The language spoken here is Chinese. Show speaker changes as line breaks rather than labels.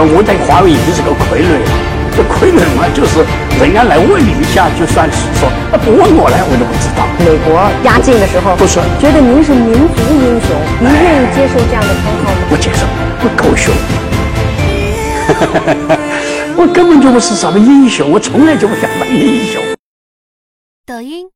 呃我在华为已经是个傀儡了。这傀儡嘛，就是人家来问你一下就算是说，那不问我来我都不知道。
美国啊压境的时候，
不是
觉得您是民族英雄，您愿意接受这样的称号吗？
不接受，不狗 熊。我根本就不是什么英雄，我从来就不想当英雄。
抖音。